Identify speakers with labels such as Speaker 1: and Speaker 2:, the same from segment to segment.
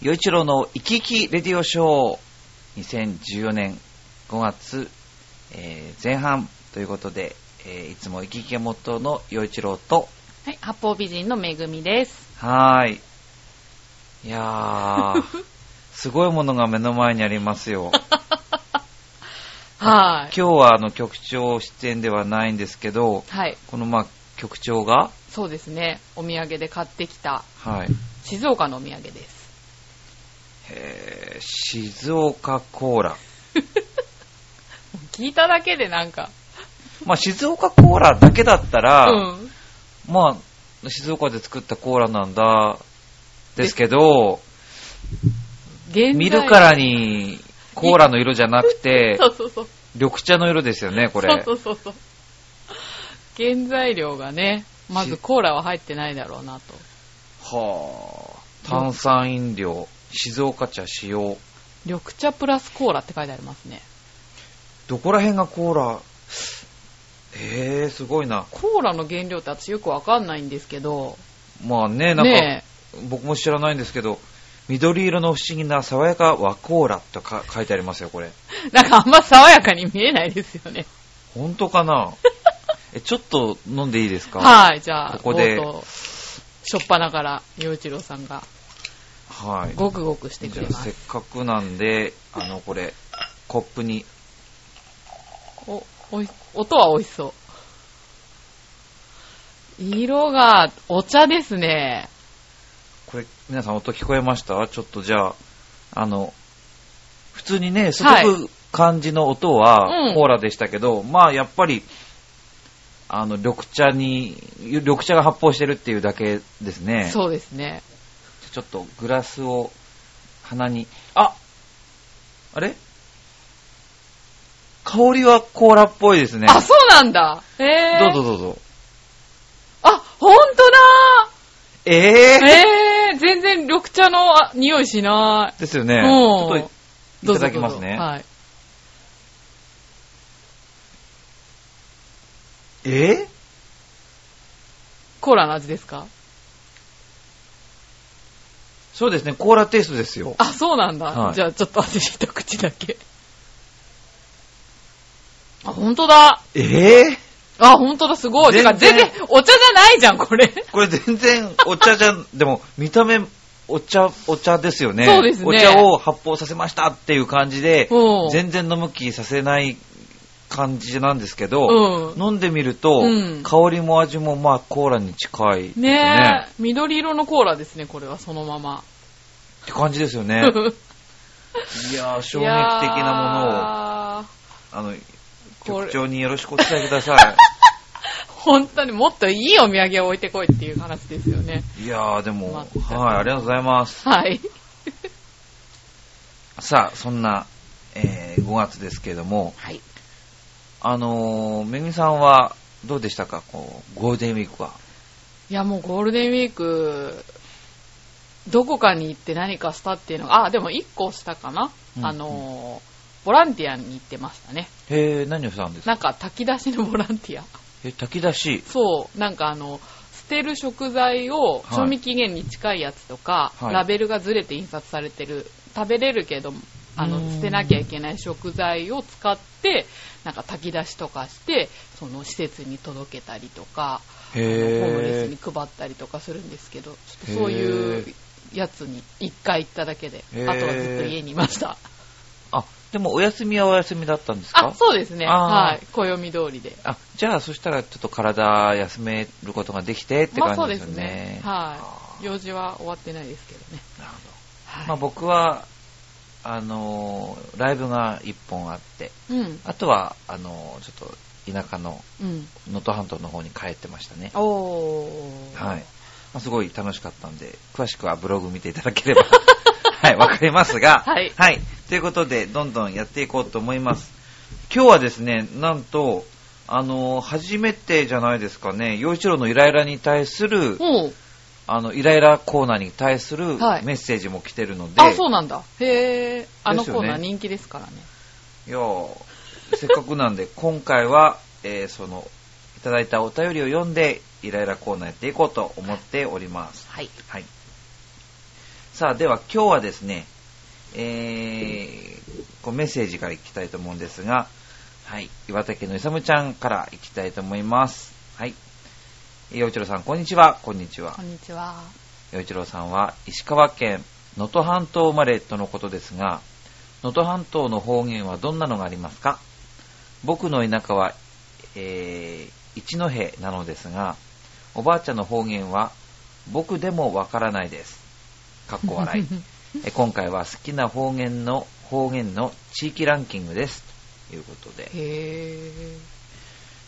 Speaker 1: 与一郎の生き生きレディオショー2014年5月、えー前半ということで、えーいつも生き生きが元の与一郎と
Speaker 2: はい、八方美人のめぐみです。
Speaker 1: はーいいや ーすごいものが目の前にありますよ
Speaker 2: はー
Speaker 1: 今
Speaker 2: い。
Speaker 1: 日はあの局長出演ではないんですけど
Speaker 2: はい、
Speaker 1: このまあ局長が
Speaker 2: そうですね。お土産で買ってきた
Speaker 1: はい
Speaker 2: 静岡のお土産です。
Speaker 1: えー静岡コーラ
Speaker 2: もう聞いただけでなんか、
Speaker 1: まあ静岡コーラだけだったら、
Speaker 2: うん。
Speaker 1: まあ、静岡で作ったコーラなんだ、ですけど、
Speaker 2: 原材
Speaker 1: 見るからに、コーラの色じゃなくて
Speaker 2: そ、うそうそう。
Speaker 1: 緑茶の色ですよね、これ。
Speaker 2: そうそうそうそう。原材料がね、まずコーラは入ってないだろうなと。
Speaker 1: はあ。炭酸飲料、静岡茶使用。
Speaker 2: 緑茶プラスコーラって書いてありますね。
Speaker 1: どこら辺がコーラえー、すごいな。
Speaker 2: コーラの原料って私よくわかんないんですけど、
Speaker 1: まあね、なんか、
Speaker 2: ね
Speaker 1: 僕も知らないんですけど、緑色の不思議な爽やか和コーラとか書いてありますよ、これ。
Speaker 2: え、なんかあんま爽やかに見えないですよね。
Speaker 1: 本当か なえ、ちょっと飲んでいいですか
Speaker 2: はい、じゃあ、
Speaker 1: ここで
Speaker 2: 冒頭、しょっぱなから、洋一郎さんが、
Speaker 1: はい。
Speaker 2: ごくごくして
Speaker 1: じ
Speaker 2: く
Speaker 1: ゃ
Speaker 2: れ
Speaker 1: あ
Speaker 2: ま
Speaker 1: せっ
Speaker 2: す。
Speaker 1: かくなんで、あの、これ、コップに、
Speaker 2: お、おい、音は美味しそう。色が、お茶ですね。
Speaker 1: これ、皆さん音聞こえましたちょっとじゃあ、あの、普通にね、すごく感じの音
Speaker 2: う
Speaker 1: は
Speaker 2: ん
Speaker 1: コーラでしたけど、まあやっぱり、あの、緑茶に、緑茶が発泡してるっていうだけですね。
Speaker 2: そうですね。
Speaker 1: ちょっとグラスを鼻に、ああれ香りはコーラっぽいですね。
Speaker 2: あ、そうなんだ。えー、
Speaker 1: どうぞどうぞ。
Speaker 2: あ、ほんと
Speaker 1: ええ
Speaker 2: だー えー、全然緑茶のあ匂いしな
Speaker 1: ですよね。
Speaker 2: い。
Speaker 1: ち
Speaker 2: も
Speaker 1: ょっと
Speaker 2: うん。
Speaker 1: いた
Speaker 2: どうぞ
Speaker 1: だきます
Speaker 2: どう
Speaker 1: ね。
Speaker 2: ぞはい。
Speaker 1: え
Speaker 2: コーラの味ですか
Speaker 1: そうですね、コーラテイストですよ。
Speaker 2: あ、そうなんだ。
Speaker 1: はい
Speaker 2: じゃあ、ちょっと私一口だけ。あ、ほんとだ。
Speaker 1: ええ
Speaker 2: あ、ほんとだ、すごい。てか、
Speaker 1: 全
Speaker 2: 全
Speaker 1: 然
Speaker 2: 然、お茶じゃないじゃん、これ。
Speaker 1: これ全然お茶じゃん、でも見た目、お茶、お茶ですよね。
Speaker 2: そうですね
Speaker 1: お茶を発泡させましたっていう感じで、
Speaker 2: うん
Speaker 1: 全然飲む気させない感じなんですけど、
Speaker 2: う
Speaker 1: 飲んでみると、
Speaker 2: うん
Speaker 1: 香りも味もまあコーラに近いです
Speaker 2: ん。
Speaker 1: ね
Speaker 2: ねえ、緑色のコーラですね、これは、そのまま。
Speaker 1: って感じですよ ね。いやー、衝撃的なものを、あの、
Speaker 2: これ
Speaker 1: 局長によろしくお伝えください。
Speaker 2: 本当にもっといいお土産を置いてこいっていう話ですよね。
Speaker 1: いやー、でも、はい
Speaker 2: 待って、た
Speaker 1: ありがとうございます。
Speaker 2: はい。
Speaker 1: さあ、そんな、えー5月ですけれども、
Speaker 2: はい。
Speaker 1: あのー、めぐみさんは、どうでしたかこう、ゴールデンウィークは。
Speaker 2: いや、もうゴールデンウィーク、どこかに行って何かしたっていうのが、あ、でも1個したかな。
Speaker 1: うん
Speaker 2: あのー、ボランティアに行ってましたね。
Speaker 1: へえ、何をしたんですか
Speaker 2: なんか炊き出しのボランティア。
Speaker 1: え、炊き出し。
Speaker 2: そう、なんかあの、捨てる食材
Speaker 1: は
Speaker 2: を
Speaker 1: い
Speaker 2: 賞味期限に近いやつとか、
Speaker 1: はい
Speaker 2: ラベルがずれて印刷されてる、食べれるけど、あ
Speaker 1: うーん
Speaker 2: の、捨てなきゃいけない食材を使って、なんか炊き出しとかして、その施設に届けたりとか、
Speaker 1: へ
Speaker 2: ホームレス
Speaker 1: え
Speaker 2: に。配ったりとかするんですけど、ちょっとそういうやつに1回行っただけで、
Speaker 1: へー
Speaker 2: あとはずっと家にいました。
Speaker 1: あ、でもお休みはお休みだったんですか
Speaker 2: あ、そうですね。
Speaker 1: あー
Speaker 2: はい。暦通りで。
Speaker 1: あじゃあ、そしたらちょっと体休めることができてって
Speaker 2: まあそ
Speaker 1: 感
Speaker 2: う
Speaker 1: じで
Speaker 2: ですす
Speaker 1: よね
Speaker 2: ね。。はい。用事は終わってないですけどね。
Speaker 1: なるほど。
Speaker 2: はい
Speaker 1: まあ僕は、あのーライブが1本あって、
Speaker 2: うん。
Speaker 1: あとは、あのーちょっと田舎の
Speaker 2: うん。
Speaker 1: 能登半島の方に帰ってましたね。
Speaker 2: おー。
Speaker 1: はい。。まあ、すごい楽しかったんで、詳しくはブログ見ていただければ、 はい、わかりますが、
Speaker 2: はい
Speaker 1: ということで、どんどんやっていこうと思います。今日はですね、なんと、あのー初めてじゃないですかね、洋一郎のイライラに対する、
Speaker 2: うん。
Speaker 1: あの、イライラコーナーに対するメ
Speaker 2: はい
Speaker 1: ッセージも来てるので、
Speaker 2: あ、そうなんだ。へえ。あのコー
Speaker 1: です
Speaker 2: ナ
Speaker 1: よ
Speaker 2: ー
Speaker 1: ね
Speaker 2: 人気ですからね。
Speaker 1: いやーせっかくなんで、今回は、えーその、いただいたお便りを読んで、イライラコーナーやっていこうと思っております。
Speaker 2: はい。
Speaker 1: はい。さあ、では今日はですね、えー、こうメッセージからいきたいと思うんですが、はい、岩手県のいさむちゃんからいきたいと思います。はい。洋一郎さん、こんにちは。こんにちは
Speaker 2: こ。んにちは。
Speaker 1: 洋一郎さんは石川県能登半島生まれとのことですが、能登半島の方言はどんなのがありますか僕の田舎は、えー一戸なのですが、おばあちゃんの方言は僕でもわからないです。かっこ笑い。え今回は好きな方言の方言の地域ランキングです。ということで。
Speaker 2: へ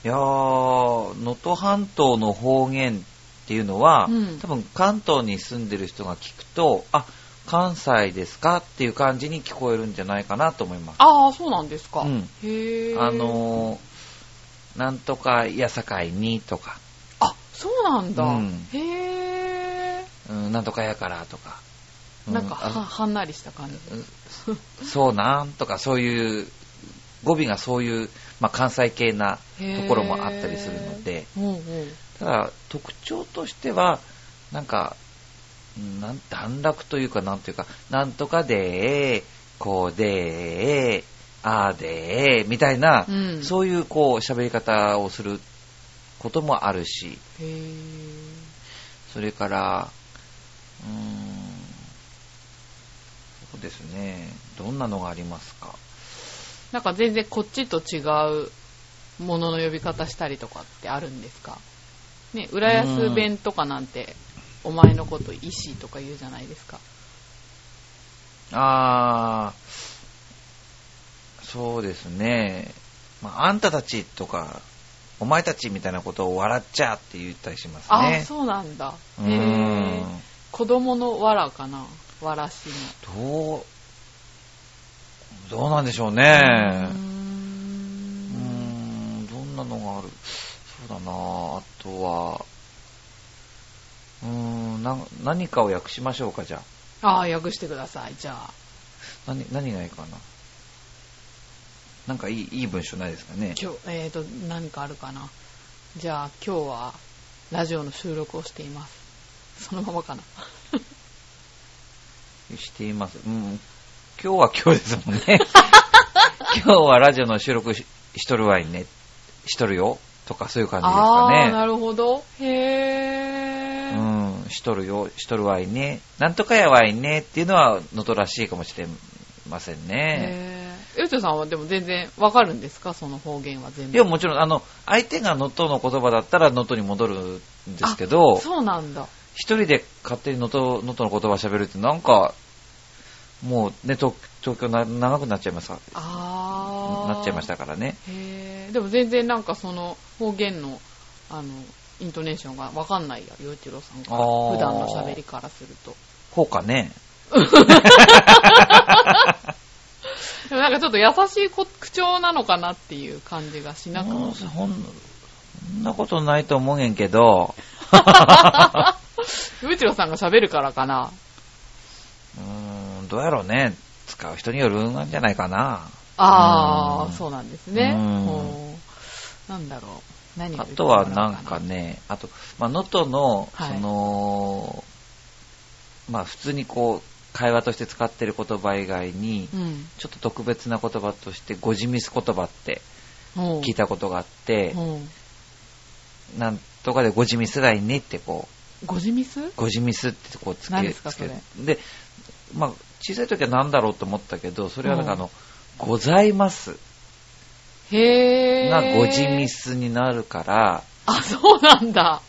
Speaker 1: いやー、能登半島の方言っていうのは、
Speaker 2: うん
Speaker 1: 多分関東に住んでる人が聞くと、あ、関西ですかっていう感じに聞こえるんじゃないかなと思います。
Speaker 2: ああ、そうなんですか。
Speaker 1: うん
Speaker 2: へえ。
Speaker 1: あのー、なんとかやさかいにとか、
Speaker 2: あ、そうなんだ。
Speaker 1: うん
Speaker 2: へえ。
Speaker 1: うん、なんとかやからとか、う
Speaker 2: なんか
Speaker 1: あ
Speaker 2: は、はんなりした感じ。
Speaker 1: そうなんとかそういう、語尾がそういう、まあ、関西系なところもあったりするので、
Speaker 2: うんうん。
Speaker 1: ただ特徴としてはなんかうんなん段落というかなんというかなんとかでこうであーでみたいな、
Speaker 2: うん
Speaker 1: そういうこう喋り方をすることもあるし
Speaker 2: へえ。
Speaker 1: それからうーんそうですねどんなのがありますか
Speaker 2: なんか全然こっちと違うものの呼び方したりとかってあるんですかね、浦安弁とかなんて、お前のこと石とか言うじゃないですか。
Speaker 1: あー、そうですね。まあ、あんたたちとか、お前たちみたいなことを笑っちゃって言ったりします
Speaker 2: ああ、
Speaker 1: ね。
Speaker 2: そうなんだ。
Speaker 1: う
Speaker 2: へ
Speaker 1: ー
Speaker 2: え
Speaker 1: ん。。
Speaker 2: 子供のわらかな。わらしの。
Speaker 1: どう、どうなんでしょう
Speaker 2: うー
Speaker 1: ね。うー
Speaker 2: ん
Speaker 1: ん、どんなのがあるそうだなあとは、うーんな、何かを訳しましょうか、じゃあ。
Speaker 2: ああ、訳してください、じゃあ。
Speaker 1: 何、何がいいかな。なんかいい、いい文章ないですかね。
Speaker 2: 今日、えーと、何かあるかな。じゃあ、今日は、ラジオの収録をしています。そのままかな。
Speaker 1: しています。うん。今日は今日です もんね。今日はラジオの収録ししとるわいね。しとるよ。とかそういう感じです
Speaker 2: ああー、
Speaker 1: か
Speaker 2: なるほど。へえ。
Speaker 1: ね。うん。しとるよ。しとるわいね。なんとかやわいね。っていうのは、能登らしいかもしれませんね。
Speaker 2: へえ。ゆうちょさんはでも全然わかるんですかその方言は全
Speaker 1: い
Speaker 2: 部。
Speaker 1: や、もちろん、あの、相手が能登の言葉だったら能登に戻るんですけど、
Speaker 2: そうなんだ。
Speaker 1: 一人で勝手に能登能登の言葉喋るってなんか、もうね、東東京な長くなっちゃいます
Speaker 2: ああ。
Speaker 1: なっちゃいましたからね。
Speaker 2: へえ。でも全然なんかその方言の、あの、イントネーションがわかんないや、洋一郎さんが
Speaker 1: あー
Speaker 2: 普段の喋りからすると。
Speaker 1: こうかね。
Speaker 2: でもなんかちょっと優しいこ口調なのかなっていう感じがしなく
Speaker 1: もう
Speaker 2: も。
Speaker 1: そほんそんなことないと思うげんけど、
Speaker 2: 洋一郎さんが喋るからかな。
Speaker 1: うーん、どうやろうね。使う人によるんじゃないかな。
Speaker 2: あ
Speaker 1: うん
Speaker 2: あ、そうなんですね。
Speaker 1: うん
Speaker 2: ほうなんだろう。何が
Speaker 1: あ
Speaker 2: 言って
Speaker 1: と
Speaker 2: もら
Speaker 1: は
Speaker 2: う
Speaker 1: なんかね、あと、まあ、能登の、
Speaker 2: は
Speaker 1: そ
Speaker 2: い
Speaker 1: の、まあ、普通にこう、会話として使ってる言葉以外に、
Speaker 2: な。うん。
Speaker 1: ちょっと特別な言葉として、ゴジミス言葉って
Speaker 2: ほう
Speaker 1: 聞いたことがあって、
Speaker 2: うん。
Speaker 1: なんとかでゴジミスだいねってこう、
Speaker 2: ごじみす
Speaker 1: ゴジミスってこうつけ
Speaker 2: 何ですか
Speaker 1: つけ
Speaker 2: そ
Speaker 1: で、まあ、小さい時は何だろうと思ったけど、それはなんかあの、ございます
Speaker 2: へー。
Speaker 1: がゴジミ。スになるから、
Speaker 2: あ、そうなんだ。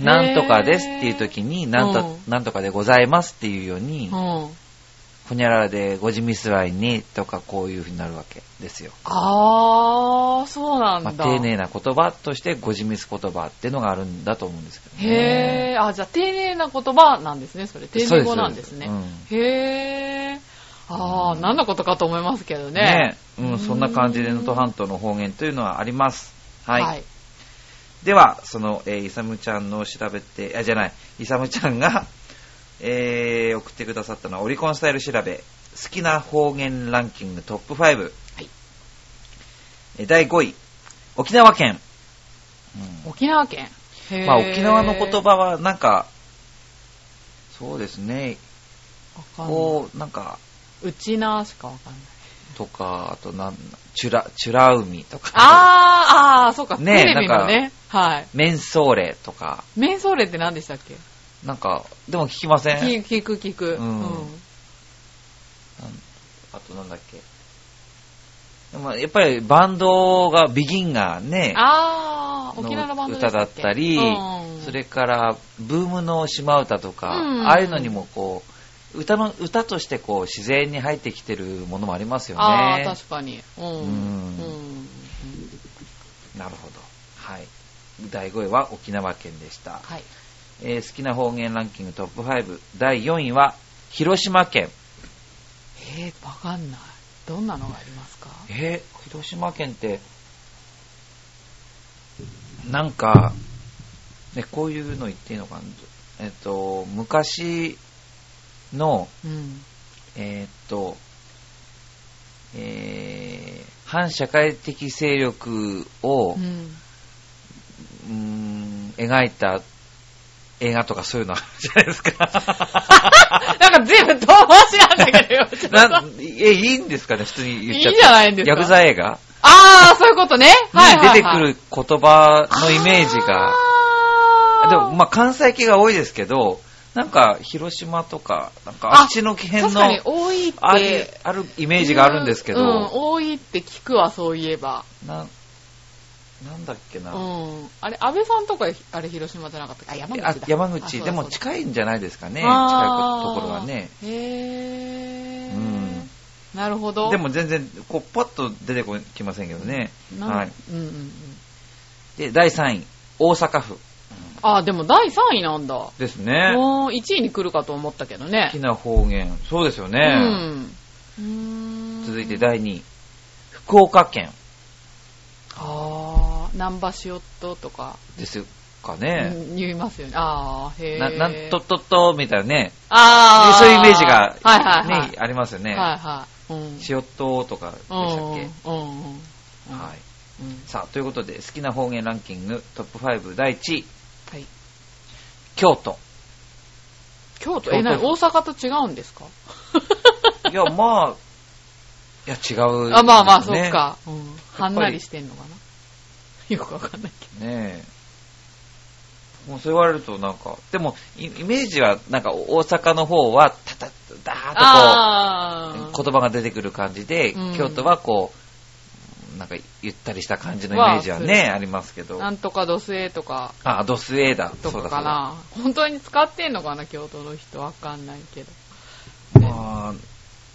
Speaker 2: へー
Speaker 1: なんとかですっていう時に、なんと
Speaker 2: う、
Speaker 1: なんとかでございますっていうように
Speaker 2: う、ん。
Speaker 1: ほにゃららでゴジミスはいねとかこういう風になるわけですよ。
Speaker 2: あー、そうな
Speaker 1: まあ、
Speaker 2: んだ。
Speaker 1: 丁寧な言葉としてゴジミス言葉っていうのがあるんだと思うんですけどね。
Speaker 2: へー。あ、じゃあ丁寧な言葉なんですね、それ。丁寧語なんですね
Speaker 1: そう。
Speaker 2: へー。あ
Speaker 1: う
Speaker 2: ー、
Speaker 1: ん
Speaker 2: 何のことかと思いますけど
Speaker 1: ね
Speaker 2: ね。
Speaker 1: うん、そんな感じで能登半島の方言というのはあります。はい
Speaker 2: い。。
Speaker 1: では、その、えー、イサムちゃんの調べて、あ、じゃない、イサムちゃんが、 えー送ってくださったのはオリコンスタイル調べ、好きな方言ランキングトップ5。はい第5位、沖縄県。うん
Speaker 2: 沖縄県。へー
Speaker 1: まあ、沖縄の言。葉は、なんか、そうですね、
Speaker 2: わかんない。
Speaker 1: こう、なんか、
Speaker 2: うちなーしかわかんない。
Speaker 1: とか、あとなん、チュラ、チュラ海とか、
Speaker 2: あー、あー、そうか、
Speaker 1: ねえ
Speaker 2: テレビのね。はい。
Speaker 1: メンソーレとか、
Speaker 2: メンソーレって何でしたっけ
Speaker 1: なんか、でも聞きません
Speaker 2: 聞聞く聞く。
Speaker 1: うん
Speaker 2: うん
Speaker 1: なんあとなんだっけ。まあ、やっぱりバンドが、ビギンがね、
Speaker 2: あー、
Speaker 1: の
Speaker 2: 沖縄のバンドで
Speaker 1: 歌
Speaker 2: した
Speaker 1: だ
Speaker 2: っ
Speaker 1: っ
Speaker 2: け
Speaker 1: たり、
Speaker 2: うん
Speaker 1: それから、ブームの島唄とか、
Speaker 2: うん
Speaker 1: ああいうのにもこう、歌の、歌としてこう、自然に入ってきてるものもありますよね。
Speaker 2: あー、確かに。うん。
Speaker 1: う
Speaker 2: うんんうん
Speaker 1: なるほど。はい。第5位は沖縄県でした。
Speaker 2: はい。
Speaker 1: えー好きな方言ランキングトップ5。第4位は、広島県。
Speaker 2: えー、わかんない。どんなのがありますか
Speaker 1: えー広島県って、なんか、ね、こういうの言っていいのかな。えっと、昔の、
Speaker 2: うん。
Speaker 1: えーっと、えー反社会的勢力を、
Speaker 2: うん。
Speaker 1: う ーん描いた映画とかそういうのあるじゃないですか。
Speaker 2: なんか全部遠回しなんだけど、ちょっと
Speaker 1: なんえ、いいんですかね普通に言っちゃって。
Speaker 2: いいじゃないですか
Speaker 1: 薬剤映画
Speaker 2: あー、そういうことね。はいはい、はい。
Speaker 1: に出てくる言葉のイメージが。
Speaker 2: あー。
Speaker 1: でも、まあ、関西系が多いですけど、なんか、広島とか、なんか、あっちの辺
Speaker 2: 確
Speaker 1: の、
Speaker 2: かに多いって。
Speaker 1: ある、あるイメージがあるんですけど、
Speaker 2: うん、多いって聞くわ、そういえば。
Speaker 1: な、なんだっけ
Speaker 2: う
Speaker 1: な。
Speaker 2: ん。あれ、安倍さんとか、あれ、広島じゃなかったっけあ、山口
Speaker 1: あ
Speaker 2: だ。
Speaker 1: 山口、でも
Speaker 2: い
Speaker 1: 近いんじゃないですかね。
Speaker 2: ね
Speaker 1: 近いところはね。。
Speaker 2: へー。
Speaker 1: うん
Speaker 2: なるほど。
Speaker 1: でも全然、こう、パッと出てこきませんけどね。
Speaker 2: な、
Speaker 1: はい。
Speaker 2: うんうんうん。
Speaker 1: で、第3位、大阪府
Speaker 2: あ、でも第3位なんだ。
Speaker 1: ですね。
Speaker 2: もう1位に来るかと思ったけどね
Speaker 1: 好き。な方言。そうですよ
Speaker 2: う
Speaker 1: ね。
Speaker 2: ん。うーん
Speaker 1: 続いて第2位、福岡県
Speaker 2: あー、ナンバシオットとか、
Speaker 1: ですかね。
Speaker 2: うん言いますよね。あー、へー。
Speaker 1: ななんとっとっとみたいなね。
Speaker 2: あー。
Speaker 1: そういうイメージが、ね
Speaker 2: はいはいはい。
Speaker 1: ありますよね。
Speaker 2: はいはい。うん。
Speaker 1: 塩糖とかでしたっけ、
Speaker 2: うんうんうんうん。
Speaker 1: はい。
Speaker 2: うん。
Speaker 1: さあ、ということで、好きな方言ランキングトップ5第1位、
Speaker 2: はい。
Speaker 1: 京都。
Speaker 2: 京
Speaker 1: 京
Speaker 2: 都、
Speaker 1: 都
Speaker 2: え、なに大阪と違うんですか
Speaker 1: いや、 まあ、いや、違う、
Speaker 2: あ、まあまあ、そ
Speaker 1: です
Speaker 2: っ
Speaker 1: ね。
Speaker 2: か。うん。はんな りしてんのかなよくわかんないけ
Speaker 1: ねえ。もうそう言われるとなんか、でも、イイメージはなんか大阪の方は、たた、だ
Speaker 2: ど。
Speaker 1: ーっ
Speaker 2: あ
Speaker 1: とこう、言葉が出てくる感じで、
Speaker 2: うん
Speaker 1: 京都はこう、なんかゆったりした感じのイメージは
Speaker 2: わあそう
Speaker 1: ね、ありますけど。
Speaker 2: な
Speaker 1: あ、
Speaker 2: んとか土星とか、
Speaker 1: ドスエーだ。
Speaker 2: と
Speaker 1: そう
Speaker 2: か
Speaker 1: だ
Speaker 2: かな。本当に使ってんのかな、京都の人。わかんないけど。
Speaker 1: そうだ。まあ、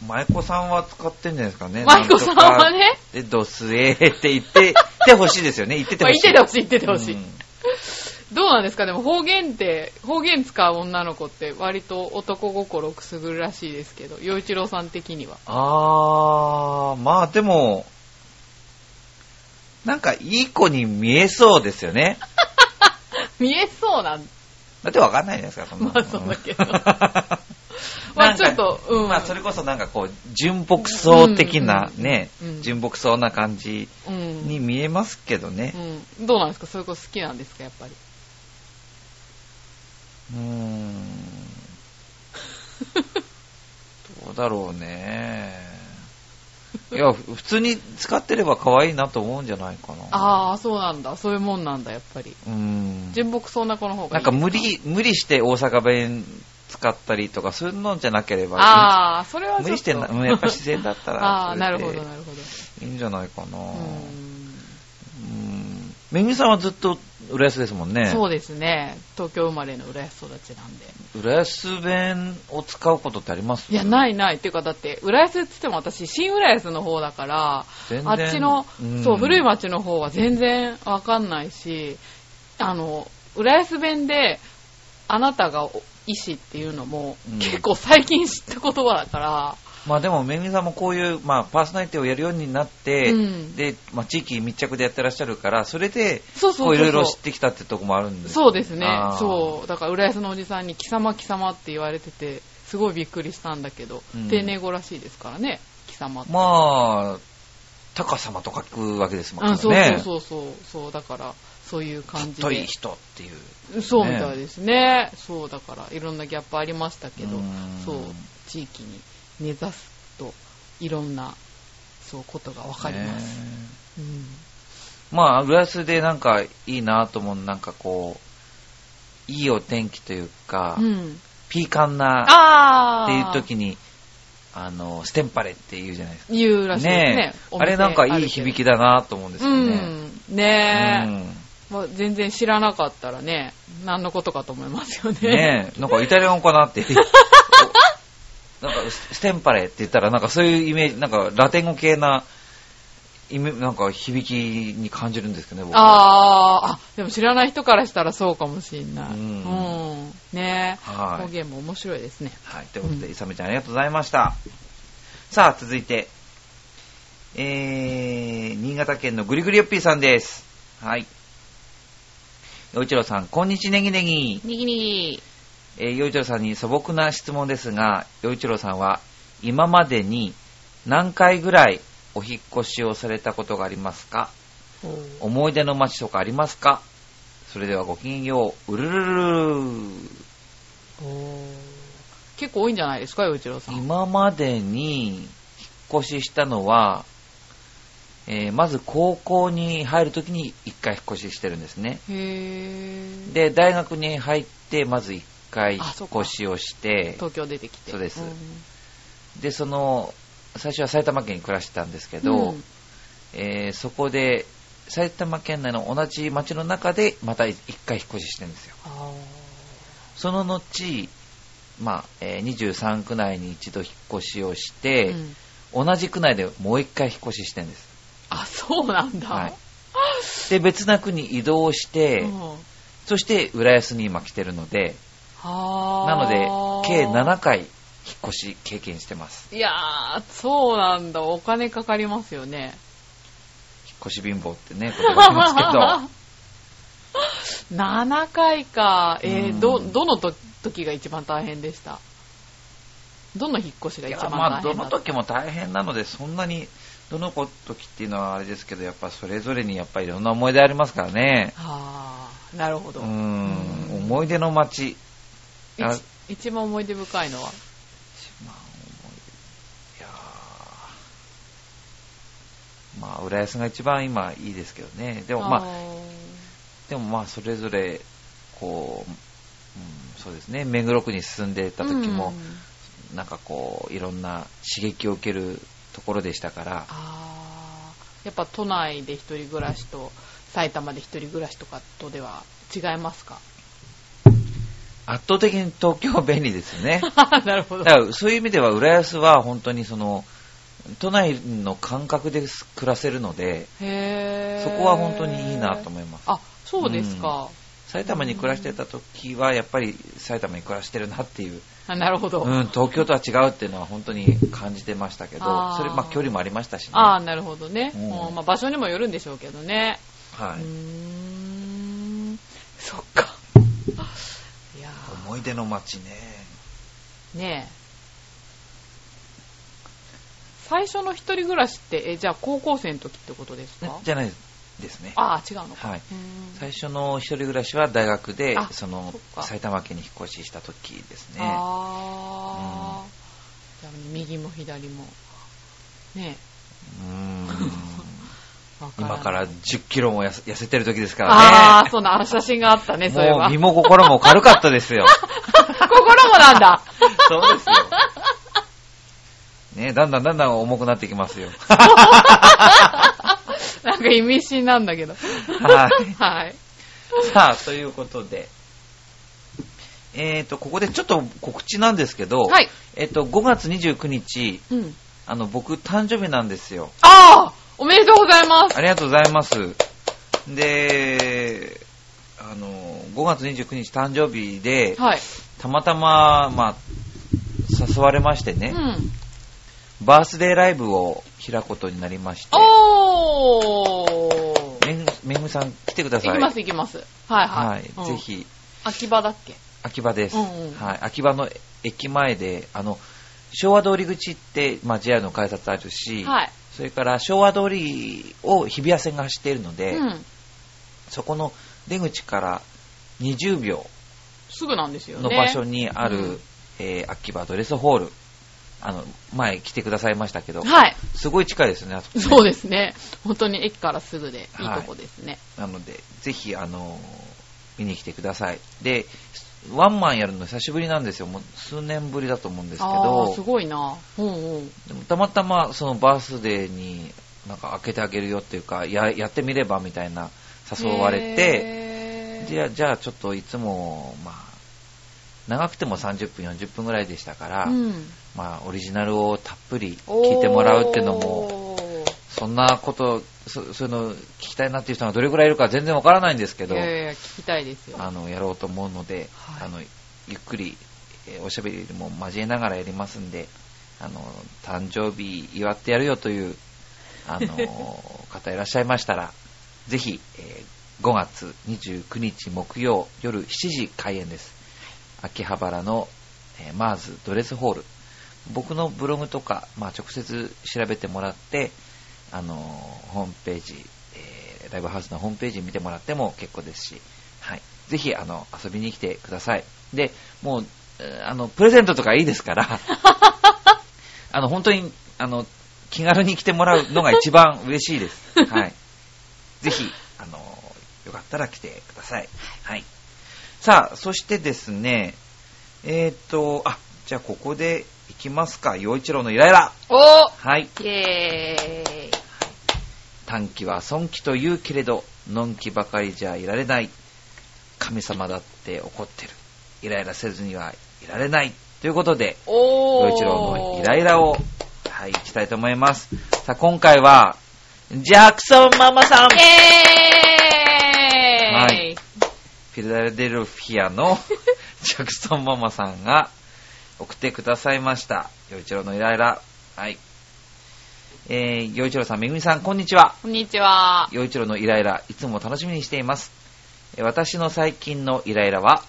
Speaker 1: 舞妓さんは使ってんじゃないですかね。
Speaker 2: 舞妓さんはね、
Speaker 1: なんとか。で、ドスエーって 言って、ってほしいですよね。言ってて
Speaker 2: まあ
Speaker 1: ほ
Speaker 2: 言
Speaker 1: し
Speaker 2: っ
Speaker 1: い。
Speaker 2: ててほしい、言っててほしい。
Speaker 1: うん
Speaker 2: どうなんですかでも方言って、方言使う女の子って割と男心をくすぐるらしいですけど、洋一郎さん的には。
Speaker 1: あー、まあでも、なんかいい子に見えそうですよね。
Speaker 2: 見えそうなん
Speaker 1: だってわかんないじゃないですか、そんなの
Speaker 2: まあ そうだけど
Speaker 1: なんか
Speaker 2: まあちょっと、うん。
Speaker 1: まあそれこそなんかこう、純朴層的な
Speaker 2: うん
Speaker 1: ね
Speaker 2: う、ん
Speaker 1: 純朴層な感じ
Speaker 2: うん、
Speaker 1: に見えますけどね。
Speaker 2: うん。どうなんですかそういう子好きなんですかやっぱり。
Speaker 1: うーん。どうだろうね。いや、ふ普通に使ってれば可愛いなと思うんじゃないかな。
Speaker 2: ああ、そうなんだ。そういうもんなんだ、やっぱり。
Speaker 1: うーん。
Speaker 2: 純朴そうな子の方が
Speaker 1: ないん
Speaker 2: い。
Speaker 1: か無理、無理して大阪弁使ったりとか、そういうのじゃなければいい。
Speaker 2: ああ、それはちょっと。
Speaker 1: 無理してな、うんやっぱ自然だったら。
Speaker 2: ああー、
Speaker 1: そ
Speaker 2: な
Speaker 1: れ
Speaker 2: る
Speaker 1: で
Speaker 2: ほど、なるほど。
Speaker 1: いいんじゃないかな。うん。
Speaker 2: うーん
Speaker 1: めぐみさんはずっと浦安ですもんね。
Speaker 2: そうですね。東京生まれの浦安育ちなんで。
Speaker 1: 浦安弁を使うことってあります
Speaker 2: いや、ないない。っていうか、だって、浦安って言っても私、新浦安の方だから、
Speaker 1: 全然
Speaker 2: あっちの、
Speaker 1: うん
Speaker 2: そう、古い町の方は全然わかんないし、あの、浦安弁で、あなたがお医師っていうのも、
Speaker 1: うん
Speaker 2: 結構最近知った言葉だから、
Speaker 1: まあでも、めぐみさんもこういう、まあ、パーソナリティをやるようになって、
Speaker 2: うん
Speaker 1: で、まあ、地域密着でやってらっしゃるから、それで、
Speaker 2: そう
Speaker 1: こ
Speaker 2: そうそうう
Speaker 1: い
Speaker 2: そ
Speaker 1: ろ
Speaker 2: う。
Speaker 1: いろ知ってきたってとこもあるんです
Speaker 2: そうですね
Speaker 1: あー。
Speaker 2: そう。だから、浦安のおじさんに、貴様貴様って言われてて、すごいびっくりしたんだけど、
Speaker 1: うん
Speaker 2: 丁寧語らしいですからね、貴様って。
Speaker 1: まあ、高様と書くわけですもん
Speaker 2: うん、
Speaker 1: ね。
Speaker 2: そうそうそうそう、そう、だから、そういう感じ
Speaker 1: 太い
Speaker 2: で。
Speaker 1: 人っていう。
Speaker 2: そうみたいですね。そう、だから、いろんなギャップありましたけど
Speaker 1: うーん、
Speaker 2: そう、地域に根ざすといろんなそうことが分かります、
Speaker 1: ね
Speaker 2: うん、
Speaker 1: まあ、浦安でなんかいいなと思うのなんかこう、いいお天気というか、
Speaker 2: うん、
Speaker 1: ピーカンな
Speaker 2: ああ
Speaker 1: っていう時に、あの、ステンパレって言うじゃないですか。
Speaker 2: 言うらしいですね
Speaker 1: ねえ
Speaker 2: お
Speaker 1: あ
Speaker 2: 店
Speaker 1: れなんかいい響きだなと思うんですよ
Speaker 2: う
Speaker 1: ね。
Speaker 2: ん
Speaker 1: う
Speaker 2: ねえ、
Speaker 1: ん
Speaker 2: まあ、全然知らなかったらね何のことかと思いますよね
Speaker 1: ねえ、なんかイタリア語かな って。おなんかステンパレって言ったら、なんかそういうイメージ、なんかラテン語系な、イメなんか響きに感じるんですけどね、僕は。
Speaker 2: あーあでも知らない人からしたらそうかもしれない、
Speaker 1: う
Speaker 2: うんんねえ、
Speaker 1: はい
Speaker 2: 方言も面白いですね
Speaker 1: はい、ということで、イサメちゃんありがとうございました。さあ、続いて、えー、新潟県のぐりぐりよっぴーさんです。はい。洋一郎さん、こんにちねぎねぎ。
Speaker 2: にぎにぎ
Speaker 1: えー、洋一郎さんに素朴な質問ですが、洋一郎さんは今までに何回ぐらいお引っ越しをされたことがありますか思い出の街とかありますかそれではごきげんよう、うるるるる
Speaker 2: 結構多いんじゃないですか洋一郎さん
Speaker 1: 今までに引っ越ししたのは、えーまず高校に入るときに1回引っ越ししてるんですね。
Speaker 2: へえ
Speaker 1: で、大学に入ってまず1回引
Speaker 2: あそうか
Speaker 1: っ越しをして、
Speaker 2: 東京出てきて
Speaker 1: そうです
Speaker 2: ん
Speaker 1: で、その、最初は埼玉県に暮らしてたんですけど、
Speaker 2: うん
Speaker 1: えーそこで、埼玉県内の同じ町の中で、また一回引っ越ししてるんですよ。
Speaker 2: あ
Speaker 1: その後、まあ、えー23区内に一度引っ越しをし
Speaker 2: ー
Speaker 1: て
Speaker 2: う、ん
Speaker 1: 同じ区内でもう一回引っ越ししてるんです。
Speaker 2: あそうなんだ、
Speaker 1: はい。で、別な区に移動して、
Speaker 2: うん
Speaker 1: そして浦安に今来てるので、
Speaker 2: はー
Speaker 1: なので、計7回引っ越し経験してます。
Speaker 2: いやー、そうなんだ。お金かかりますよね。
Speaker 1: 引っ越し貧乏ってね、ことがあります けど。
Speaker 2: 7回か。
Speaker 1: う
Speaker 2: えー、
Speaker 1: ん
Speaker 2: ど、どのと時が一番大変でしたどの引っ越しが
Speaker 1: い
Speaker 2: 一
Speaker 1: や
Speaker 2: 番大変
Speaker 1: まあど
Speaker 2: だ
Speaker 1: の
Speaker 2: った
Speaker 1: 時も大変なのでそんなにどの時っていうのはあれですけどやっぱそれぞれにやっぱりいろんな思い出ありますからね
Speaker 2: あー、なるほ
Speaker 1: う
Speaker 2: ど。
Speaker 1: ー
Speaker 2: うん
Speaker 1: ん思い出の街
Speaker 2: い
Speaker 1: あ
Speaker 2: 一番思い出深いのは。
Speaker 1: まあ思い出いやーまあ浦安が一番今いいですけどねでもまあ
Speaker 2: ー
Speaker 1: でもまあそれぞれこう、うん、そうですね目黒区に進んでた時も
Speaker 2: うん、
Speaker 1: なんかこういろんな刺激を受けるところでしたから
Speaker 2: あーやっぱ都内で一人暮らしと、埼玉で一人暮らしとかとでは違いますか
Speaker 1: 圧倒的に東京は便利ですよ ね
Speaker 2: なるほど
Speaker 1: だ。からそういう意味では浦安は本当にその都内の感覚で暮らせるので
Speaker 2: へー
Speaker 1: そこは本当にいいなと思います
Speaker 2: あ、そうですか。
Speaker 1: 埼玉に暮らしてた時はやっぱり埼玉に暮らしてるなっていう、
Speaker 2: あなるほど。
Speaker 1: うん、東京とは違うっていうのは本当に感じてましたけど
Speaker 2: あー
Speaker 1: それまあ距離もありましたしね、
Speaker 2: ああ、
Speaker 1: は
Speaker 2: なるほどね。
Speaker 1: うん
Speaker 2: もうまあ、場所にもよるんでしょうけどね。うー
Speaker 1: い、
Speaker 2: ん。そっか。いや
Speaker 1: 思い出の街ね
Speaker 2: ーねえ。最初の一人暮らしって、え、じゃあ高校生の時ってことですか
Speaker 1: じゃないですね
Speaker 2: ああ、違うのか。
Speaker 1: はいう
Speaker 2: ーん
Speaker 1: 最初の一人暮らしは大学で
Speaker 2: あ
Speaker 1: その
Speaker 2: そっか
Speaker 1: 埼玉県に引っ越しした時ですね
Speaker 2: ああ。じゃあ右も左も。ね
Speaker 1: うーん
Speaker 2: え。わ
Speaker 1: 今
Speaker 2: ない
Speaker 1: から10キロもやせ痩せてる時ですから
Speaker 2: あ
Speaker 1: ね
Speaker 2: あ、。そうな、あの写真があったね、そういえ
Speaker 1: も
Speaker 2: ば。
Speaker 1: う身
Speaker 2: 心も
Speaker 1: も心も軽かったです よ。
Speaker 2: なんだ。
Speaker 1: そうですよ。ねだんだんだんだん重くなってきます よ。
Speaker 2: なんか意味深なんだけど。
Speaker 1: はい。
Speaker 2: はい。
Speaker 1: さあ、ということで。えっ、と、ここでちょっと告知なんですけど、
Speaker 2: はい。
Speaker 1: えっ、と、5月29日、
Speaker 2: うん。
Speaker 1: あの、僕、誕生日なんですよ。
Speaker 2: ああおめでとうございます
Speaker 1: ありがとうございます。で、あの、5月29日誕生日で、
Speaker 2: はい。
Speaker 1: たまたま、まあ、誘われまして
Speaker 2: う
Speaker 1: ね、
Speaker 2: ん。
Speaker 1: バースデーライブを開くことになりまして、
Speaker 2: おー
Speaker 1: めぐめぐみさん来てくだ
Speaker 2: い
Speaker 1: さい。
Speaker 2: きます、いきます。はい
Speaker 1: は
Speaker 2: はいい。うん
Speaker 1: ぜ。ひ、
Speaker 2: 秋葉だっけ
Speaker 1: 秋葉です、
Speaker 2: うんうん
Speaker 1: はい。秋葉の駅前で、あの、昭和通り口って、まあ、JR の改札あるし、
Speaker 2: はい。
Speaker 1: それから昭和通りを日比谷線が走っているので、
Speaker 2: うん。
Speaker 1: そこの出口から20秒
Speaker 2: すぐなんですよね。
Speaker 1: の場所にある、
Speaker 2: うん
Speaker 1: えー秋葉ドレスホール、あの、前来てくださいましたけど、
Speaker 2: はい。
Speaker 1: すごい近いですね、あそこね
Speaker 2: そうですね。本当に駅からすぐで、いい
Speaker 1: はい
Speaker 2: とこですね。
Speaker 1: なので、ぜひ、あの、見に来てください。で、ワンマンやるの久しぶりなんですよ。もう数年ぶりだと思うんですけ
Speaker 2: ああ
Speaker 1: ど
Speaker 2: ー、す、ごいな。うんうん。
Speaker 1: でもたまたまそのバースデーになんか開けてあげるよっていうか、ややってみればみたいな誘われて、
Speaker 2: へー
Speaker 1: じゃあ、じゃあちょっといつも、まあ、長くても30分、40分ぐらいでしたから、
Speaker 2: うん、
Speaker 1: まあ、オリジナルをたっぷり聞いてもらうっていうのも、
Speaker 2: お
Speaker 1: そんなこと、そそういうの聞きたいなっていう人がどれぐらいいるか全然わからないんですけ
Speaker 2: ー。い
Speaker 1: ど、
Speaker 2: やいやいや、聞きたいですよ。
Speaker 1: あの、やろうと思うので、
Speaker 2: はい
Speaker 1: あの、ゆっくり、えーおしゃべりも交えながらやりますんで、あの、誕生日祝ってやるよという、あの、方いらっしゃいましたら、ぜひ、えー5月29日木曜夜7時開演です。秋葉原の、えーマーズドレスホール。僕のブログとか、まあ、直接調べてもらって、あの、ホームページ、えーライブハウスのホームページ見てもらっても結構ですし、はい。ぜひ、あの、遊びに来てください。で、もう、えーあの、プレゼントとかいいですから、あの、本当に、あの、気軽に来てもらうのが一番嬉しいです。はい。ぜひ、あの、よかったら来てください。はい。さあ、そしてですね、えーっと、あ、じゃあここで行きますか。陽一郎のイライラ。
Speaker 2: お
Speaker 1: はい。
Speaker 2: イエーイ。
Speaker 1: 短期は損期と言うけれど、のんきばかりじゃいられない。神様だって怒ってる。イライラせずにはいられない。ということで、
Speaker 2: お
Speaker 1: 陽
Speaker 2: ー。
Speaker 1: 一郎のイライラを、はい、いきたいと思います。さあ、今回は、ジャクソンママさん
Speaker 2: イエーイ。
Speaker 1: はいフィラデルフィアのジャクソンママさんが送ってくださいました。陽一郎のイライラ。はい。えー、陽一郎さん、めぐみさん、こんにちは。
Speaker 2: こんにちは。
Speaker 1: 陽一郎のイライラ、いつも楽しみにしています。えー私の最近のイライラは、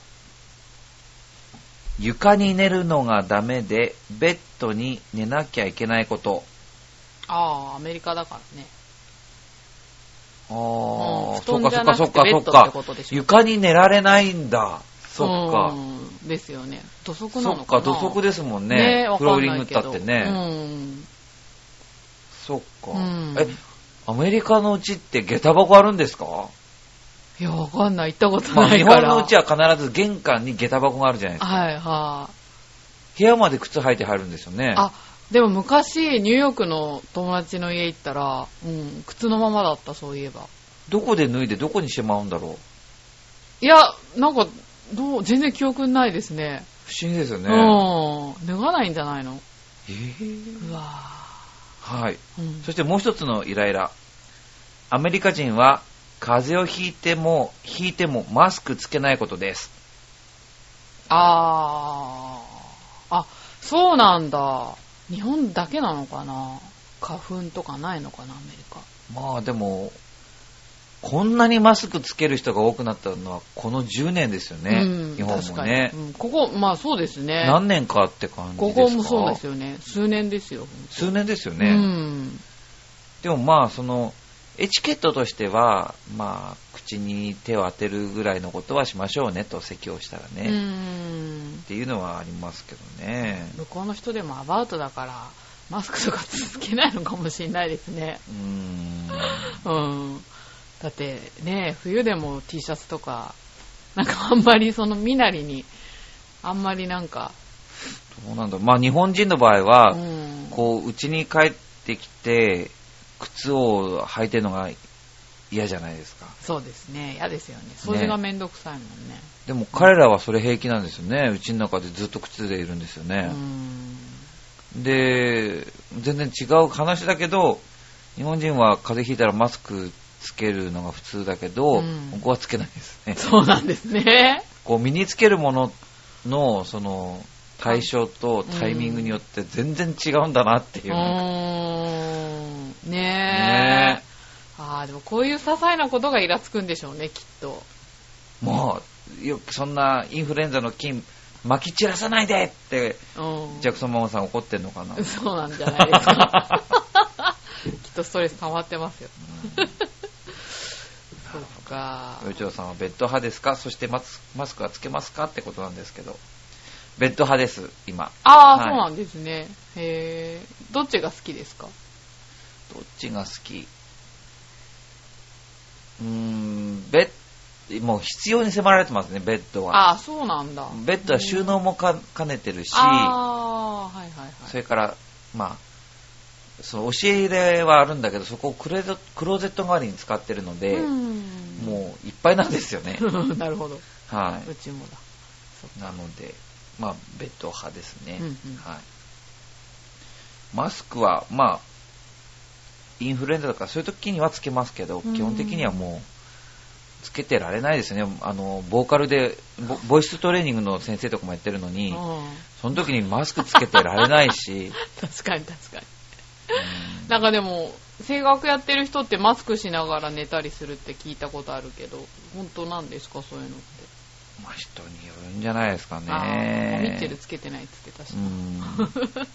Speaker 1: 床に寝るのがダメで、ベッドに寝なきゃいけないこと。
Speaker 2: ああ、アメリカだからね。
Speaker 1: あー、
Speaker 2: う
Speaker 1: そっ
Speaker 2: ん
Speaker 1: か
Speaker 2: 布団じ
Speaker 1: そ
Speaker 2: ゃ
Speaker 1: っ
Speaker 2: な
Speaker 1: か
Speaker 2: く
Speaker 1: そ
Speaker 2: て
Speaker 1: っか
Speaker 2: ベ
Speaker 1: そ
Speaker 2: ッ
Speaker 1: っ
Speaker 2: ドって
Speaker 1: か
Speaker 2: ことで。しょ
Speaker 1: 床に寝られないんだ。そっか。
Speaker 2: うん。ですよね。土足な
Speaker 1: そ
Speaker 2: の
Speaker 1: っ
Speaker 2: か
Speaker 1: か、
Speaker 2: な。
Speaker 1: 土足ですもん
Speaker 2: ね
Speaker 1: ね。
Speaker 2: わ
Speaker 1: フ
Speaker 2: か
Speaker 1: ロー
Speaker 2: ん
Speaker 1: リ
Speaker 2: な
Speaker 1: ング
Speaker 2: いけ
Speaker 1: だ
Speaker 2: ど
Speaker 1: ってね。
Speaker 2: うん。
Speaker 1: そっか、
Speaker 2: うん
Speaker 1: え、アメリカのうちって下駄箱あるん ですか
Speaker 2: いや、わかんない。行ったこと
Speaker 1: まあ、
Speaker 2: な
Speaker 1: 日
Speaker 2: いか
Speaker 1: 本
Speaker 2: ら。
Speaker 1: のうちは必ず玄関に下駄箱があるじゃないですか。
Speaker 2: はいはい。
Speaker 1: 部屋まで靴履いて入るんですよね。
Speaker 2: あ、でも昔、ニューヨークの友達の家行ったら、うん、靴のままだった、そういえば。
Speaker 1: どこで脱いでどこにしまうんだろう。
Speaker 2: いや、なんか、どう、全然記憶にないですね。
Speaker 1: 不思議ですよね。
Speaker 2: うん。脱がないんじゃないの
Speaker 1: えー
Speaker 2: うわぁ。
Speaker 1: はい。
Speaker 2: うん
Speaker 1: そしてもう一つのイライラ。アメリカ人は風邪をひいても、ひいてもマスクつけないことです。
Speaker 2: あー。あ、そうなんだ。日本だけなのかな花粉とかないのかな、アメリカ。
Speaker 1: まあでも、こんなにマスクつける人が多くなったのはこの10年ですよね。
Speaker 2: うん、
Speaker 1: 日本
Speaker 2: 確
Speaker 1: も
Speaker 2: か
Speaker 1: ね
Speaker 2: に。。うんここ、まあそうですね。
Speaker 1: 何年かって感じです
Speaker 2: こ
Speaker 1: か
Speaker 2: こもそうですよね。数年ですよ。
Speaker 1: 数年ですよ
Speaker 2: う
Speaker 1: ね。
Speaker 2: ん。
Speaker 1: でもまあ、その、エチケットとしては、まあ、口に手を当てるぐらいのことはしましょうねと咳をしたら
Speaker 2: う
Speaker 1: ね。っ
Speaker 2: ん。
Speaker 1: ていうのはありますけどね。
Speaker 2: 向こうの人でもアバウトだから、マスクとか続けないのかもしれないですね。
Speaker 1: うーん。
Speaker 2: うん。だってね、冬でも T シャツとか、なんかあんまりその身なりに、あんまりなんか、
Speaker 1: どうなんだろうまあ、日本人の場合は、
Speaker 2: うん
Speaker 1: こう、家に帰ってきて、靴を履いてるのが嫌じゃないですか。
Speaker 2: そうですね、嫌ですよね。掃除がめんどくさいもんね。
Speaker 1: でも彼らはそれ平気なんですよね。うちの中でずっと靴でいるんですよね。
Speaker 2: うん。
Speaker 1: で、全然違う話だけど、日本人は風邪ひいたらマスクつけるのが普通だけど、
Speaker 2: うん
Speaker 1: 僕はつけないですね。
Speaker 2: そうなんですね。
Speaker 1: こう身につけるものの、その、対象とタイミングによって全然違うんだなっていうう。
Speaker 2: ん。ねえ。
Speaker 1: ねえ
Speaker 2: ああ、でもこういう些細なことがイラつくんでしょうね、きっと。
Speaker 1: もう、よくそんなインフルエンザの菌、撒き散らさないでって、
Speaker 2: うん。
Speaker 1: ジャクソンママさん怒ってんのかな。
Speaker 2: そうなんじゃないです か。きっとストレス溜まってますよ。そっか。
Speaker 1: 与一郎さんはベッド派ですかそしてマスマスクはつけますかってことなんですけど。ベッド派です、今。
Speaker 2: ああ、
Speaker 1: はい
Speaker 2: そうなんですね。へえ。どっちが好きですか
Speaker 1: どっちが好きうーん、ベッ、もう必要に迫られてますね、ベッドは。
Speaker 2: ああ、そうなんだ。
Speaker 1: ベッドは収納もか兼ねてるし、
Speaker 2: ああ、はいはいはい。
Speaker 1: それから、まあ、その教え入れはあるんだけど、そこをクレゾクローゼット代わりに使ってるので、
Speaker 2: も
Speaker 1: もういっぱいなんですよね。
Speaker 2: う。 なるほど。
Speaker 1: は
Speaker 2: うちもだ。
Speaker 1: い。なので、まあ、ベッド派ですね。
Speaker 2: うんうん
Speaker 1: はい。マスクは、まあ、インフルエンザとかそういう時にはつけますけど、
Speaker 2: うん
Speaker 1: 基本的にはもう、つけてられないですね。あの、ボーカルで、ボボイストレーニングの先生とかもやってるのに、
Speaker 2: う
Speaker 1: その時にマスクつけてられない し、
Speaker 2: ん確かに確
Speaker 1: う
Speaker 2: かに。
Speaker 1: ん
Speaker 2: なんかでも、声楽やってる人ってマスクしながら寝たりするって聞いたことあるけど、本当なんですか、そういうのって。
Speaker 1: まあ、人によるんじゃないですかね。
Speaker 2: ああ、ミッチェルつけてないって言ってたし。
Speaker 1: うん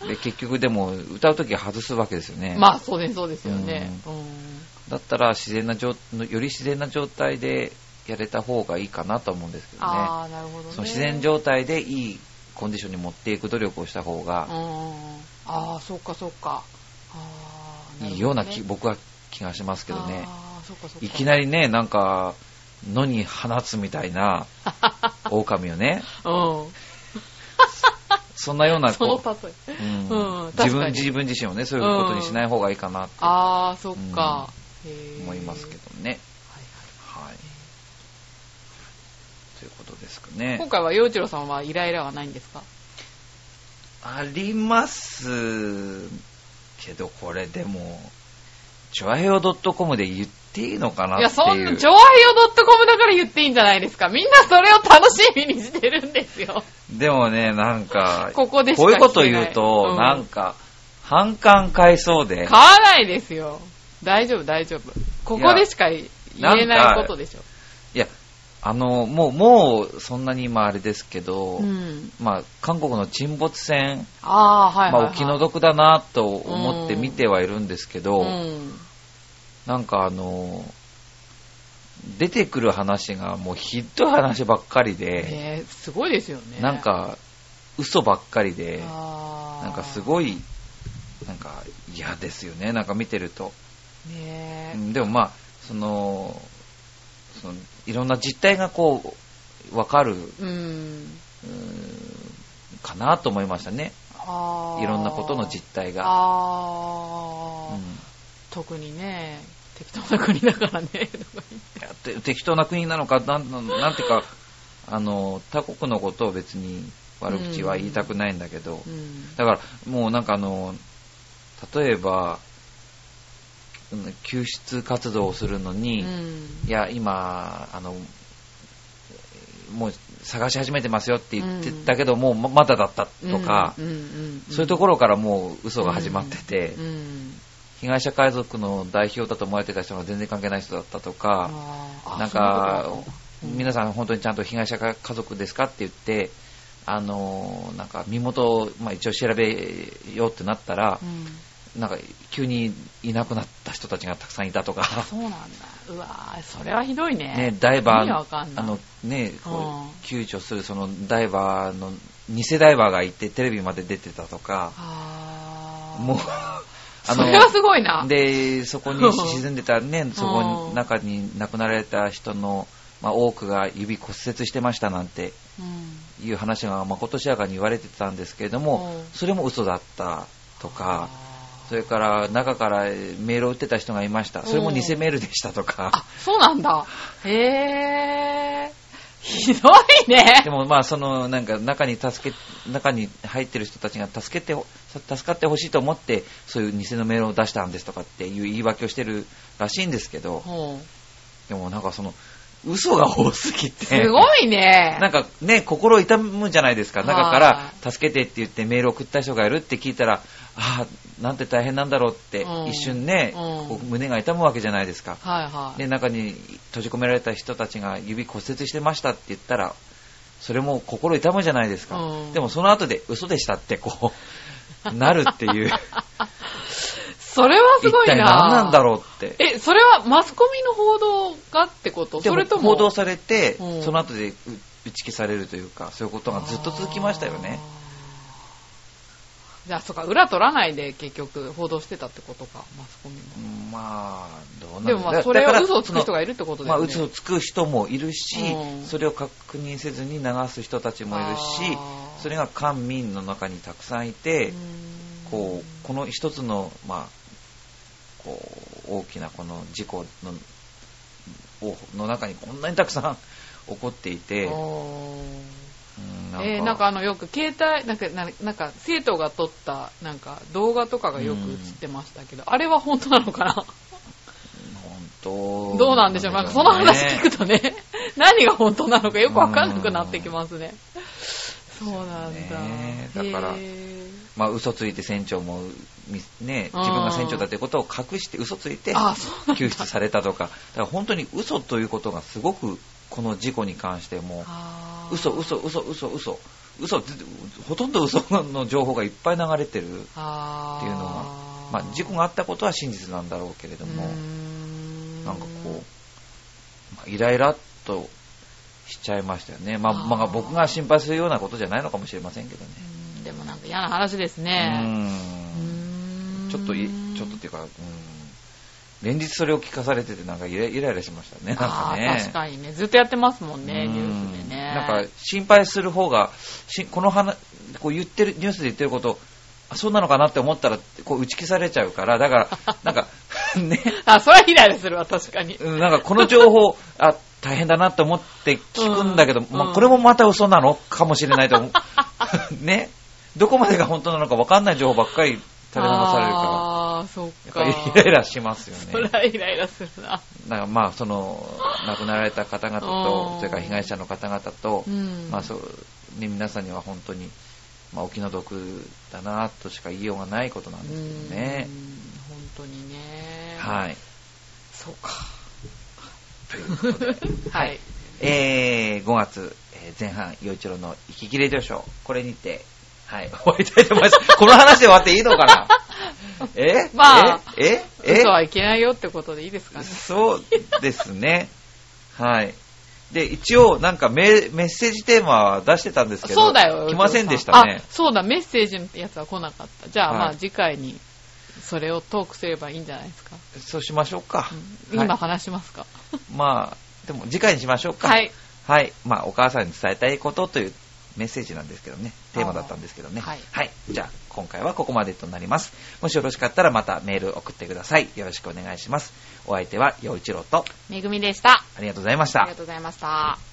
Speaker 1: で結局でも歌う時は外すわけですよね。
Speaker 2: まあ、そうです、そうですよね。うん
Speaker 1: だったら自然な状より自然な状態でやれた方がいいかなと思うんですけどね。
Speaker 2: ああ、なるほどね。
Speaker 1: その自然状態でいいコンディションに持っていく努力をした方
Speaker 2: う
Speaker 1: が
Speaker 2: ん。ああ、そうか、そうか。ああ、
Speaker 1: いいような気、
Speaker 2: 気
Speaker 1: 僕は気がしますけどね。
Speaker 2: ああ、そうか、そうか。
Speaker 1: いきなりね、なんか野に放つみたい な狼をね、
Speaker 2: うん。
Speaker 1: そんなような
Speaker 2: そ
Speaker 1: こう
Speaker 2: の例え。
Speaker 1: うん
Speaker 2: うん確か
Speaker 1: 自分
Speaker 2: に
Speaker 1: 自分自身をねそういうことにしない方がいいかなって
Speaker 2: ああ、そっか。へー
Speaker 1: 思いますけ。どね、
Speaker 2: はいは
Speaker 1: はいということですか
Speaker 2: い今
Speaker 1: ね
Speaker 2: 回は洋一郎さんはイライラはないんですか
Speaker 1: ありますけどこれでもチョアヘオ .com で言っていいのかなって
Speaker 2: い
Speaker 1: いう
Speaker 2: や、そんな、調和ドッ .com だから言っていいんじゃないですか。みんなそれを楽しみにしてるんですよ。
Speaker 1: でもねなんか
Speaker 2: ここでしか
Speaker 1: こういうこと
Speaker 2: 聞けな
Speaker 1: 言うと、
Speaker 2: うん
Speaker 1: なんか反感買いそうで
Speaker 2: 買わないですよ。大丈夫、大丈夫。ここでしか言えないことでしょ。
Speaker 1: いやあのもうもうそんなに今あれですけど、
Speaker 2: うん。
Speaker 1: まあ、韓国の沈没船、
Speaker 2: ああ、はいはい、
Speaker 1: ま
Speaker 2: はい。
Speaker 1: あ、お気の毒だなと思って見てはいるんですけど、
Speaker 2: うん。
Speaker 1: なんかあの出てくる話がもうひどい話ばっかりで、
Speaker 2: ねえすごいですよね。
Speaker 1: なん、か嘘ばっかりで、
Speaker 2: ああ
Speaker 1: なんかす
Speaker 2: い。
Speaker 1: ごい、なんか嫌ですよね、なんか見てると。
Speaker 2: ねえ
Speaker 1: うんでもまあ、その、そのいろんな実態がこう、わかる、うん
Speaker 2: うん。
Speaker 1: かなと思いましたね。
Speaker 2: ああ。
Speaker 1: いろんなことの実態が。
Speaker 2: ああ、
Speaker 1: うん
Speaker 2: 特にね、適当な国だからね。とか言って
Speaker 1: いやて適当な国なのか、なんなんなんていうか、あの、他国のことを別に悪口は言いたくないんだけど、
Speaker 2: うん。
Speaker 1: だからもうなんかあの、例えば、うん救出活動をするのに、
Speaker 2: うん
Speaker 1: いや、今、あの、もう探し始めてますよって言ってたけど、もうままだだったとか、
Speaker 2: うんうん
Speaker 1: そういうところからもう嘘が始まってて、
Speaker 2: うんうん
Speaker 1: 被害者海賊の代表だと思われてた人が全然関係ない人だったとか、
Speaker 2: あー
Speaker 1: なん
Speaker 2: そ
Speaker 1: か
Speaker 2: ういうことだったんだ
Speaker 1: 皆さん本当にちゃんと被害者家族ですかって言って、あのーなんか身元を、まあ、一応調べようってなったら
Speaker 2: う、ん
Speaker 1: なんか急にいなくなった人たちがたくさんいたと か、
Speaker 2: あそうなんだ。うわーそれはひどいね。
Speaker 1: ね、ダイバ
Speaker 2: 意味わかん
Speaker 1: ー、
Speaker 2: な
Speaker 1: あ
Speaker 2: い
Speaker 1: のね、こ
Speaker 2: う
Speaker 1: う救助するそのダイバーの、偽ダイバーがいてテレビまで出てたとか、
Speaker 2: あー
Speaker 1: もう、 あ
Speaker 2: それはすごいな。
Speaker 1: で、そこ に沈んでたね、そこ
Speaker 2: う
Speaker 1: の
Speaker 2: ん
Speaker 1: 中に亡くなられた人の、まあ、多くが指骨折してましたなんて
Speaker 2: うん
Speaker 1: いう話がまことしやかに言われてたんですけれども
Speaker 2: うん、
Speaker 1: それも嘘だったとか、
Speaker 2: あー
Speaker 1: それから中からメールを打ってた人がいました、それも偽メールでしたと
Speaker 2: あ
Speaker 1: か、、
Speaker 2: そうなんだ。へえ。ひどいね
Speaker 1: で。もまあそのなんか中に助け、中に入ってる人たちが助けてほ、助かってほしいと思って、そういう偽のメールを出したんですとかっていう言い訳をしてるらしいんですけど、
Speaker 2: うん
Speaker 1: でもなんかその、嘘が多すぎて。
Speaker 2: すごいね。
Speaker 1: なんかね、心痛むじゃないですか。
Speaker 2: はい
Speaker 1: 中から、助けてって言ってメール送った人がいるって聞いたら、ああ、なんて大変なんだろうって
Speaker 2: う、ん
Speaker 1: 一瞬ね、
Speaker 2: うん
Speaker 1: こう胸が痛むわけじゃないですか。
Speaker 2: はいはい。
Speaker 1: で、中に閉じ込められた人たちが指骨折してましたって言ったら、それも心痛むじゃないですか。
Speaker 2: うん
Speaker 1: でもその後で嘘でしたってこう、なるっていう。
Speaker 2: それは す
Speaker 1: 一
Speaker 2: ごいな。
Speaker 1: 体何なんだろうって。
Speaker 2: え、それはマスコミの報道がってこと
Speaker 1: で
Speaker 2: それとも。
Speaker 1: 報道されて、
Speaker 2: うん
Speaker 1: その後でう打ち消されるというか、そういうことがずっと続きましたよね。
Speaker 2: あー。じゃあ、そっか、裏取らないで結局報道してたってことか、マスコミも。
Speaker 1: うんまあ、どうなん
Speaker 2: でもまあ、それ
Speaker 1: だから
Speaker 2: を嘘をつく人がいるってことだ
Speaker 1: まあ、
Speaker 2: よね。
Speaker 1: 嘘をつく人もいるし、
Speaker 2: うん
Speaker 1: それを確認せずに流す人たちもいるし
Speaker 2: あー
Speaker 1: それが官民の中にたくさんいて、
Speaker 2: うーん
Speaker 1: こうこの一つの、まあ、こう大きなこの事故のをの中にこんなにたくさん起こっていて、うん
Speaker 2: おーえーなんかあのよく携帯なんかななんか生徒が撮ったなんか動画とかがよく映ってましたけど、あれは本当なのかな
Speaker 1: 本当
Speaker 2: どうなんでしょうなんかその話聞く
Speaker 1: と
Speaker 2: とね、何が本当なのかよくわかんなくなってきますね。そうなんだ。
Speaker 1: ねだから
Speaker 2: へー
Speaker 1: まあ、嘘ついて船長も、みね、自分が船長だということを隠して嘘ついて
Speaker 2: あそうなんだ
Speaker 1: 救出されたとかだから本当に嘘ということがすごくこの事故に関しても
Speaker 2: あー
Speaker 1: 嘘嘘嘘嘘嘘嘘ずほとんど嘘の情報がいっぱい流れてるっていう
Speaker 2: あー
Speaker 1: のがまあ、事故があったことは真実なんだろうけれども
Speaker 2: うーん
Speaker 1: なんかこう、まあイライラっとしちゃいましたよね、まあまあ、
Speaker 2: あー
Speaker 1: 僕が心配するようなことじゃないのかもしれませんけどね。
Speaker 2: うんでもなんか嫌な話です
Speaker 1: う
Speaker 2: ね。
Speaker 1: ん
Speaker 2: うーん
Speaker 1: ちょっとい、ちょっとっていうか、うん、連日それを聞かされてて、なんかイライライラしましたね、なんか
Speaker 2: あ
Speaker 1: ね。
Speaker 2: ー確かにね。ずっとやってますもんね、
Speaker 1: うん
Speaker 2: ニュースでね。
Speaker 1: なんか、心配する方が、しこの話、こう言ってる、ニュースで言ってること、あそうなのかなって思ったら、こう打ち消されちゃうから、だ から、なんか、ね、
Speaker 2: あ、それはイライラするわ、確かに。
Speaker 1: うんなんかこの情報、あ、大変だなと思って聞くんだけど、
Speaker 2: うん
Speaker 1: ま
Speaker 2: う
Speaker 1: あ、
Speaker 2: ん
Speaker 1: これもまた嘘なのかもしれないと思 う。ね。どこまでが本当なのか分かんない情報ばっかり垂れ流されるか
Speaker 2: ああ、そっ
Speaker 1: ら、
Speaker 2: か。
Speaker 1: やっぱりイライラしますよね。
Speaker 2: それはイライラするな。
Speaker 1: だからまあその亡くなられた方々
Speaker 2: う
Speaker 1: と
Speaker 2: ん
Speaker 1: それから被害者の方々と、
Speaker 2: うん
Speaker 1: まあそうね、皆さんには本当に、まあ、お気の毒だなとしか言いようがないことなんですけどね
Speaker 2: う。ん本当にね。
Speaker 1: はい、
Speaker 2: そうか。
Speaker 1: ということで
Speaker 2: はい。
Speaker 1: えー、5月、えー前半陽一郎の「息切れ上昇」これにて、はい、 終わりたいと思います。この話で終わっていいのかな え
Speaker 2: まあ
Speaker 1: えええ
Speaker 2: 嘘はいけないよってことでいいですかね。
Speaker 1: そうですね。はい。で、一応、なんかメメッセージテーマは出してたんですけど、
Speaker 2: そうだよ。
Speaker 1: 来ませんでした
Speaker 2: あ
Speaker 1: ね、。
Speaker 2: そうだ、メッセージのやつは来なかった。じゃあ、
Speaker 1: はい
Speaker 2: まあ次回にそれをトークすればいいんじゃないですか。
Speaker 1: そうしましょうか。
Speaker 2: うん今
Speaker 1: は
Speaker 2: 話しますか。
Speaker 1: い、まあ、でも次回にしましょうか。
Speaker 2: は。い。
Speaker 1: はい。まあ、お母さんに伝えたいことというメッセージなんですけどね。テーマだったんですけどね。
Speaker 2: あーはい
Speaker 1: じゃあ、今回はここまでとなります。もしよろしかったらまたメール送ってください。よろしくお願いします。お相手は、陽一郎と、
Speaker 2: めぐみでした。
Speaker 1: ありがとうございました
Speaker 2: ありが。とうございました。